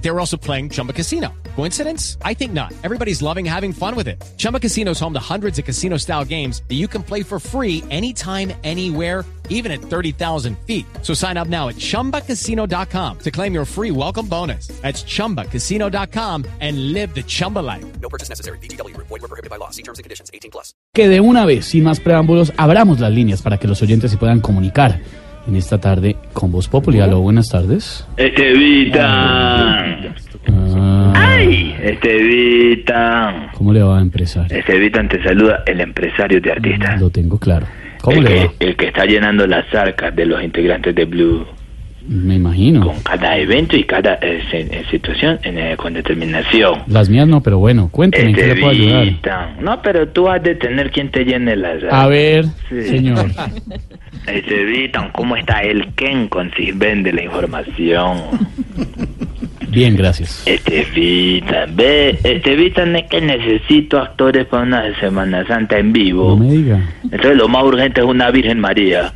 They were also playing Chumba Casino. Coincidence? I think not. Everybody's loving having fun with it. Chumba Casino is home to hundreds of casino style games that you can play for free anytime, anywhere even at 30,000 feet. So sign up now at ChumbaCasino.com to claim your free welcome bonus. That's ChumbaCasino.com and live the Chumba life. No purchase necessary. BGW. Void were prohibited by law. See terms and conditions. 18 plus. que de una vez, sin más preámbulos, abramos las líneas para que los oyentes se puedan comunicar en esta tarde con Voz Populi. Aló, buenas tardes. Estevita. ah. ¡Ay! Estevita. Ah, ¿Cómo le va a empezar? Estevita te saluda el empresario de artistas. Lo tengo claro. ¿Cómo El le que, va? el que está llenando las arcas de los integrantes de Blue Me imagino. con cada evento y cada eh, se- eh, situación en, eh, con determinación. Las mías no, pero bueno, cuénteme, ¿en qué le Eh, puedo ayudar? Estevita. No, pero tú has de tener quien te llene las A arcas. ver, Sí. señor. Estevita, ¿cómo está el Ken con Sisben de la información? Bien, gracias. Estevita, ve, Estevita, no es que necesito actores para una Semana Santa en No vivo. me diga. Entonces lo más urgente es una Virgen María.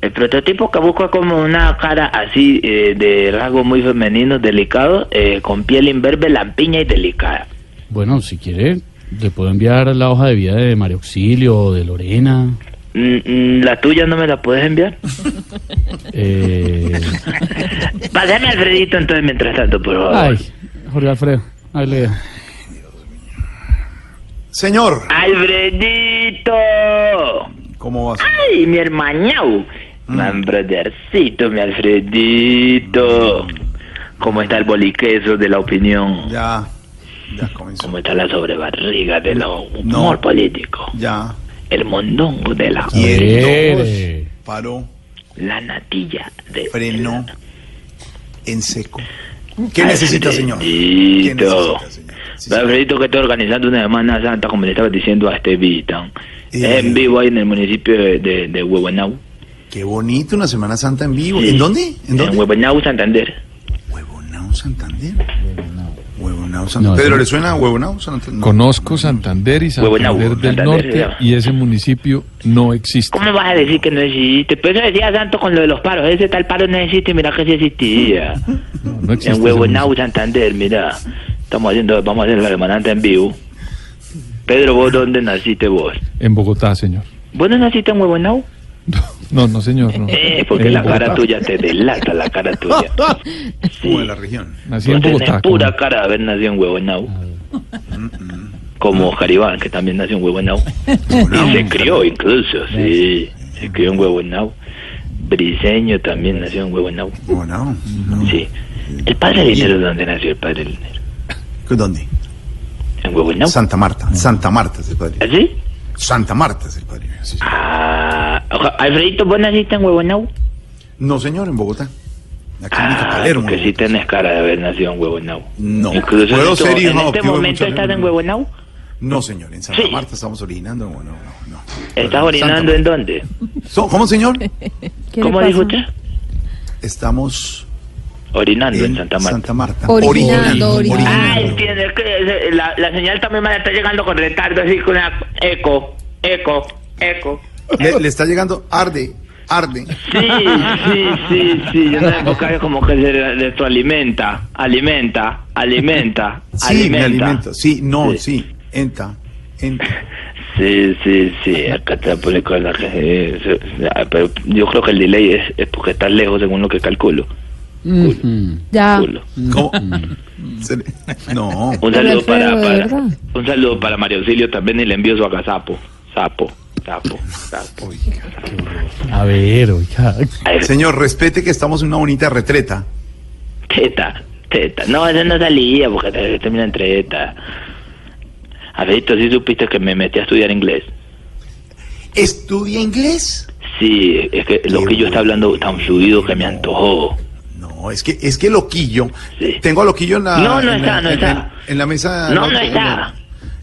El prototipo que busco es como una cara así eh, de rasgos muy femeninos, delicados, eh, con piel imberbe, lampiña y delicada. Bueno, si quiere, le puedo enviar la hoja de vida de Mario Auxilio o de Lorena. Mm, mm, ¿La tuya no me la puedes enviar? Eh... Pásame a Alfredito entonces mientras tanto, por favor. Ay, Jorge Alfredo. Ahí le dejo. Señor, ¡Alfredito! ¿cómo vas? ¡Ay, mi hermañau! Man, brothercito, mi Alfredito. ¿Cómo está el boliqueso de la opinión? Ya, ya comenzó. ¿Cómo está la sobrebarriga del humor No. político? Ya, El mondongo de la... Y el Quiere. dos paró, La natilla de... frenó en seco. ¿Qué necesita, señor? ¿Qué Alfredito. necesita, señor? Sí, señor. Alfredito que está organizando una Semana Santa, como le estaba diciendo a este Vitan. Eh. En vivo ahí en el municipio de, de, de Huehuenau. Qué bonito, una Semana Santa en vivo. Sí. ¿En dónde? ¿En En dónde? Huehuenau, Santander. Huevonao, Santander. Huevonao, No, Santander. Pedro, sí. ¿le suena a Huevonao, Santander? No. Conozco Santander y Santander Huevo, del Santander, Norte ya. y ese municipio no existe. ¿Cómo vas a decir que no existe? Pero eso decía Santo con lo de los paros. Ese tal paro no existe, mira que sí existía. No, no existe en ese Huehuenau, municipio. Santander, mira. Estamos haciendo, vamos a hacer la hermanante en vivo. Pedro, ¿vos dónde naciste vos? En Bogotá, señor. ¿Vos no naciste en Huehuenau? No, no, señor. No. Eh, porque En la Bogotá. cara tuya te delata, la cara tuya. Como de la región. Nací Vos en tenés Bogotá. pura como- cara de haber nacido en Huehuenau. Como Jaribán, que también nació en Huehuenau. Y se crió incluso, sí. Se crió en Huehuenau. Briseño también nació en Huehuenau. Huevonao. Sí. ¿El padre del dinero dónde nació el padre del dinero? ¿Dónde? ¿En Huehuenau? Santa Marta. Santa Marta es el padre. ¿Ah, sí? Santa Marta es el padre. Sí, sí. Ah, oja- Alfredito, ¿vos naciste en Huehuenau? No, señor, en Bogotá. Aquí en Ah, Palermo. que sí tenés cara de haber nacido en Huehuenau. No. Incluso en, Puedo esto- ser hijo en este adoptivo de momento mucha estás gente. en Huehuenau. No, señor, en Santa Sí. Marta estamos orinando. No, no, no. ¿Estás orinando en dónde? So- ¿Cómo, señor? ¿Qué le ¿Cómo pasa? dijo usted? Estamos Orinando en en Santa Marta. Santa Marta. Orinando, orinando. Ah, entiendo, es que ese- la, la señal también me la está llegando con retardo, así con una eco, eco, eco. Le, le está llegando arde, arde. Sí, sí, sí, sí, yo no me enfocaría como que se retroalimenta, alimenta, alimenta, Sí, alimenta. me alimenta. Sí, no, Sí. sí. Enta, enta. Sí, sí, sí, acá te voy a poner con la que- eh, se- se- ah, pero yo creo que el delay es, es porque está lejos según lo que calculo. Ujú. Ya. Culo. ¿Cómo? Se le- No. Un Ah. Pero saludo Alfredo, para, de para- verdad. un saludo para Mario Auxilio también y le envío su agazapo, sapo, sapo, sapo. A ver, oiga. Ay, Señor, respete que estamos en una bonita retreta. Teta, teta. No, esa no salía porque te- termina en treta. A ver, tú sí supiste que me metí a estudiar inglés. ¿Estudia inglés? Sí, es que lo que yo está hablando tan fluido que me antojó. No, es que es que Loquillo. Sí. Tengo a Loquillo en la. No, no en la- está, no en- está. En, en la mesa. No, no en la- está.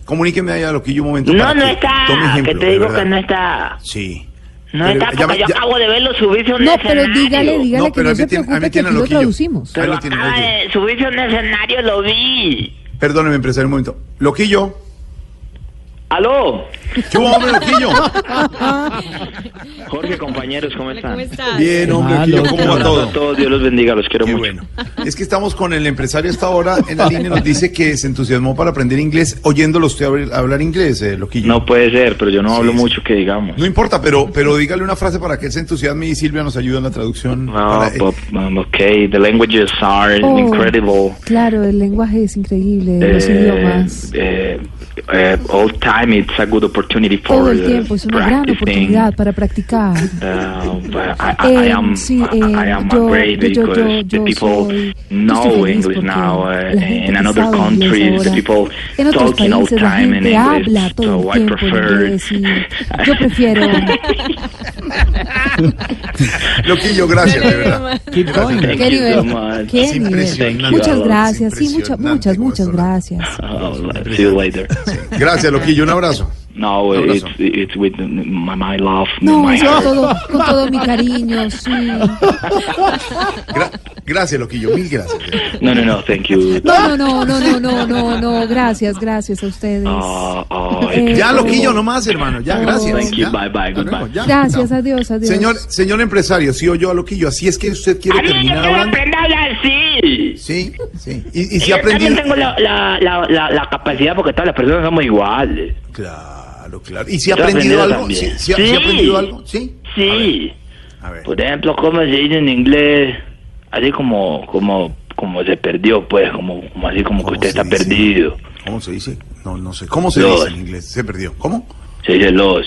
Comuníqueme ahí a Loquillo un momento. No, para no que está. tome ejemplo, que te de digo verdad. que no está. Sí. No Pero está ya me- porque yo ya- acabo de verlo subirse a un No, pero escenario. dígale, dígale No, que pero no ahí me se tiene- ahí me preocupe que tiene aquí lo Loquillo. traducimos. Ahí Pero lo tiene, acaba oye. de subirse a un escenario, lo vi. Perdóneme, empresario, un momento. Loquillo, ¡Aló! ¿Qué hubo, hombre, loquillo? Jorge, compañeros, ¿cómo están? ¿Cómo estás? Bien, hombre, Ah, loquillo, loco. ¿cómo va Un abrazo todo? a todos, Dios los bendiga, los quiero Qué mucho. bueno. Es que estamos con el empresario hasta ahora en la línea. Nos dice que se entusiasmó para aprender inglés oyéndolo usted habl- hablar inglés, eh, Loquillo. No puede ser, pero yo no Sí, hablo sí. mucho que digamos. No importa, pero, pero dígale una frase para que él se entusiasme y Silvia nos ayuda en la traducción. No, para- eh. but, um, okay, the languages are Oh, incredible. Claro, el lenguaje es increíble, los Eh, idiomas. eh, eh, all time it's a good opportunity for Todo el uh, tiempo es una gran practicing. oportunidad para practicar. Uh, but I, I, I Eh, am, sí, I, I eh, am yo- great yo- yo- because yo the people soy- yo estoy know feliz English porque now. Uh, la gente in que another sabe inglés countries, the ahora- people en otros talking all países la time in gente habla English. todo so I el tiempo en prefer. inglés y yo prefiero... Loquillo, gracias, de verdad. Keep going. Thank Qué you so nivel, much. qué Es nivel. impresionante. Muchas gracias, Es sí, muchas, impresionante muchas, cómo muchas es hablar. gracias. Oh, see you later. Gracias, Loquillo, un abrazo. No, uh, Un it's, abrazo. it's with my, my love, No, my es con heart. todo, con todo mi cariño, sí. Gra- gracias, Loquillo, mil gracias. de verdad. No, no, no, thank you. No, no, no, no, no, no, no, gracias, gracias a ustedes. Oh, oh, Eh, it's Ya, lo Loquillo, incredible. nomás, hermano, ya, Oh. gracias. Thank you, ya. bye, bye, Hasta luego, goodbye. ya. Gracias, adiós, adiós. Señor, señor empresario, sí oyó a Loquillo, así es que usted quiere Ay, yo terminar quiero hablando. aprender a hablar así. Sí, sí. Y, y si Yo también aprendí. tengo la, la, la, la, la capacidad porque todas las personas somos iguales. Claro, claro. ¿Y si ha Yo he aprendido aprendido algo? ¿Sí, también. sí, ha- sí ha Sí. aprendido algo? Sí. Sí. A ver. Por ejemplo, ¿cómo se dice en inglés? Así como como como se perdió, pues, como, como así como que ¿Cómo usted se está dice? perdido. ¿Cómo se dice? No, no sé. ¿Cómo se Los. dice en inglés? Se perdió. ¿Cómo? Se dice los.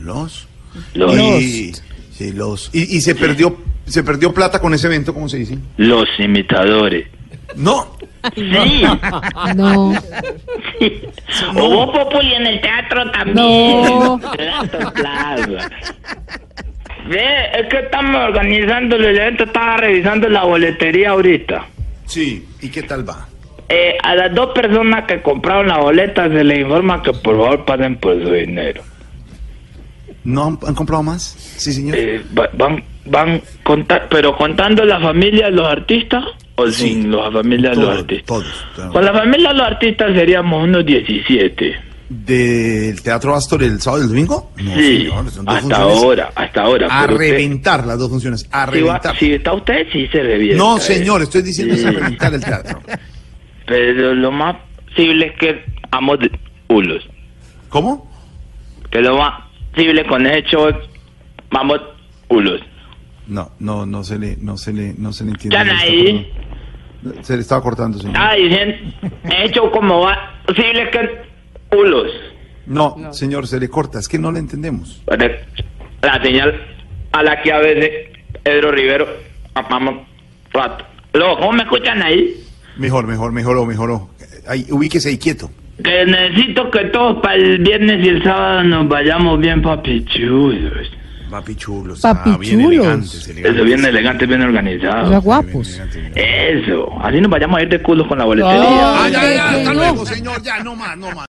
Los. Los, Y, sí, los. Y, y se perdió se perdió plata con ese evento, ¿cómo se dice? los imitadores. No. Sí. No, Hubo Populi en el teatro también. No. Plato, plaza. Ve, es que estamos organizando el evento, estaba revisando la boletería ahorita. Sí. ¿Y qué tal va? Eh, a las dos personas que compraron la boleta se les informa que por favor paguen por su dinero. ¿No han, han comprado más? Sí, señor. Eh, va- van van contar, pero contando la familia de los artistas o Sí. sin la familia de los Todos, artistas. todos, todos. Con la familia de los artistas seríamos unos 17. ¿Del Teatro Astor el sábado y el domingo? No, sí, señor, son dos hasta funciones ahora, hasta ahora. A pero usted- reventar las dos funciones. si, va- A reventar. si está usted, sí se revienta. No, eh. señor, estoy diciendo es a Sí. reventar el teatro. Pero lo más posible es que amo de hulos. ¿Cómo? Que lo más posible con ese show es vamos hulos. No, no, no se le, no se le, no se le entiende. ¿Están Se le ahí? está cortando. Se le estaba cortando, señor. Ah, dicen, ese show como va posible que hulos. No, señor, se le corta. Es que no le entendemos. La señal a la que a veces Pedro Rivero vamos rato. Luego, ¿cómo me escuchan ahí? Mejor, mejor, mejoró, mejoró. Ahí, ubíquese ahí quieto. Que necesito que todos para el viernes y el sábado nos vayamos bien papichudos. Papi chulos. Papi bien chulos. elegantes, elegantes. Eso, bien elegante, bien o sea, organizado. guapos. Bien elegantes, bien elegantes. Eso, así nos vayamos a ir de culos con la boletería. Ah, ya, ya, Ay, hasta que no. luego, señor, ya, no más, no más.